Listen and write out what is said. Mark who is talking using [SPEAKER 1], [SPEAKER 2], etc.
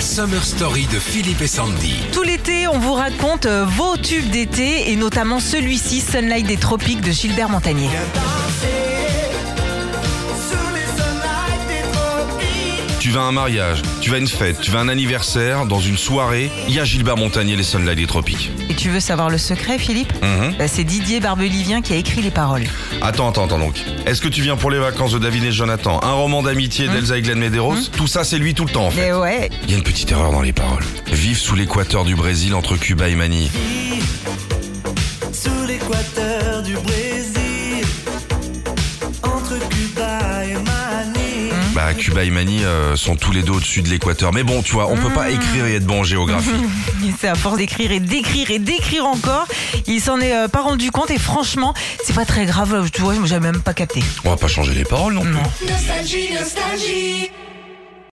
[SPEAKER 1] Summer Story de Philippe et Sandy.
[SPEAKER 2] Tout l'été, on vous raconte euh, vos tubes d'été et notamment celui-ci, Sunlight des Tropiques de Gilbert Montagnier.
[SPEAKER 3] Tu vas à un mariage, tu vas à une fête, tu vas à un anniversaire, dans une soirée, il y a Gilbert Montagnier, les Sunlight des Tropiques.
[SPEAKER 2] Et tu veux savoir le secret, Philippe
[SPEAKER 3] Mhm.
[SPEAKER 2] Bah, C'est Didier Barbelivien qui a écrit les paroles.
[SPEAKER 3] Attends, attends, attends donc. Est-ce que tu viens pour les vacances de David et Jonathan Un roman d'amitié d'Elsa et Glenn Medeiros Tout ça, c'est lui tout le temps, en fait.
[SPEAKER 2] Mais oh. ouais,
[SPEAKER 3] Il y a une petite erreur dans les paroles. Vive sous l'équateur du Brésil entre Cuba et Manille.
[SPEAKER 4] sous l'équateur du Brésil, entre Cuba et Manille.
[SPEAKER 3] Bah, Cuba et Manille euh, sont tous les deux au-dessus de l'équateur. Mais bon, tu vois, on peut pas écrire et être bon en géographie.
[SPEAKER 2] c'est à force d'écrire et d'écrire et d'écrire encore, il s'en est euh, pas rendu compte et franchement, c'est pas très grave, tu vois, j'ai même pas capté.
[SPEAKER 3] On va pas changer les paroles non plus.
[SPEAKER 2] Non.
[SPEAKER 5] Nostalgie, nostalgie.